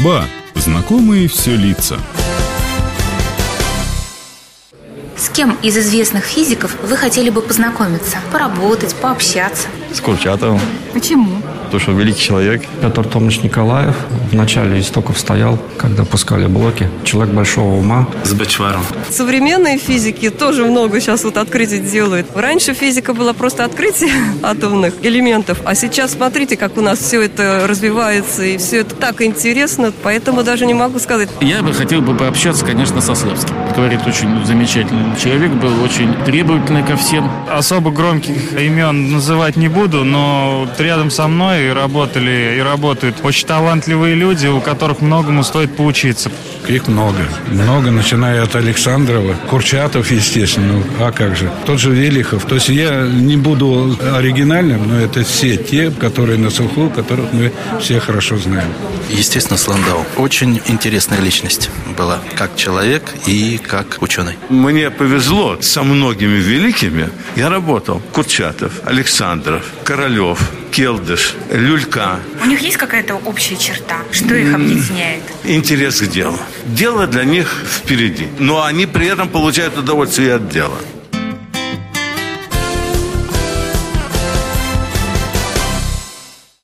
Ба. Знакомые все лица. С кем из известных физиков вы хотели бы познакомиться, поработать, пообщаться? С Курчатовым. Почему? Потому что он великий человек. Петр Томович Николаев в начале истоков стоял, когда пускали блоки. Человек большого ума. С Бачваром. Современные физики тоже много сейчас вот открытий делают. Раньше физика была просто открытие атомных элементов, а сейчас смотрите, как у нас все это развивается, и все это так интересно, поэтому даже не могу сказать. Я бы хотел бы пообщаться, конечно, со Славским. Говорит, очень замечательный человек был, очень требовательный ко всем. Особо громких имен называть не буду, но вот рядом со мной работали и работают очень талантливые люди, у которых многому стоит поучиться. Их много. Много, начиная от Александрова, Курчатов, естественно. А как же? Тот же Велихов. То есть я не буду оригинальным, но это все те, которые на слуху, которых мы все хорошо знаем. Естественно, Сландау. Очень интересная личность была, как человек и как ученый. Мне повезло со многими великими. Я работал. Курчатов, Александров, Королев, Келдыш, Люлька. У них есть какая-то общая черта? Что их объединяет? Интерес к делу. Дело для них впереди. Но они при этом получают удовольствие от дела.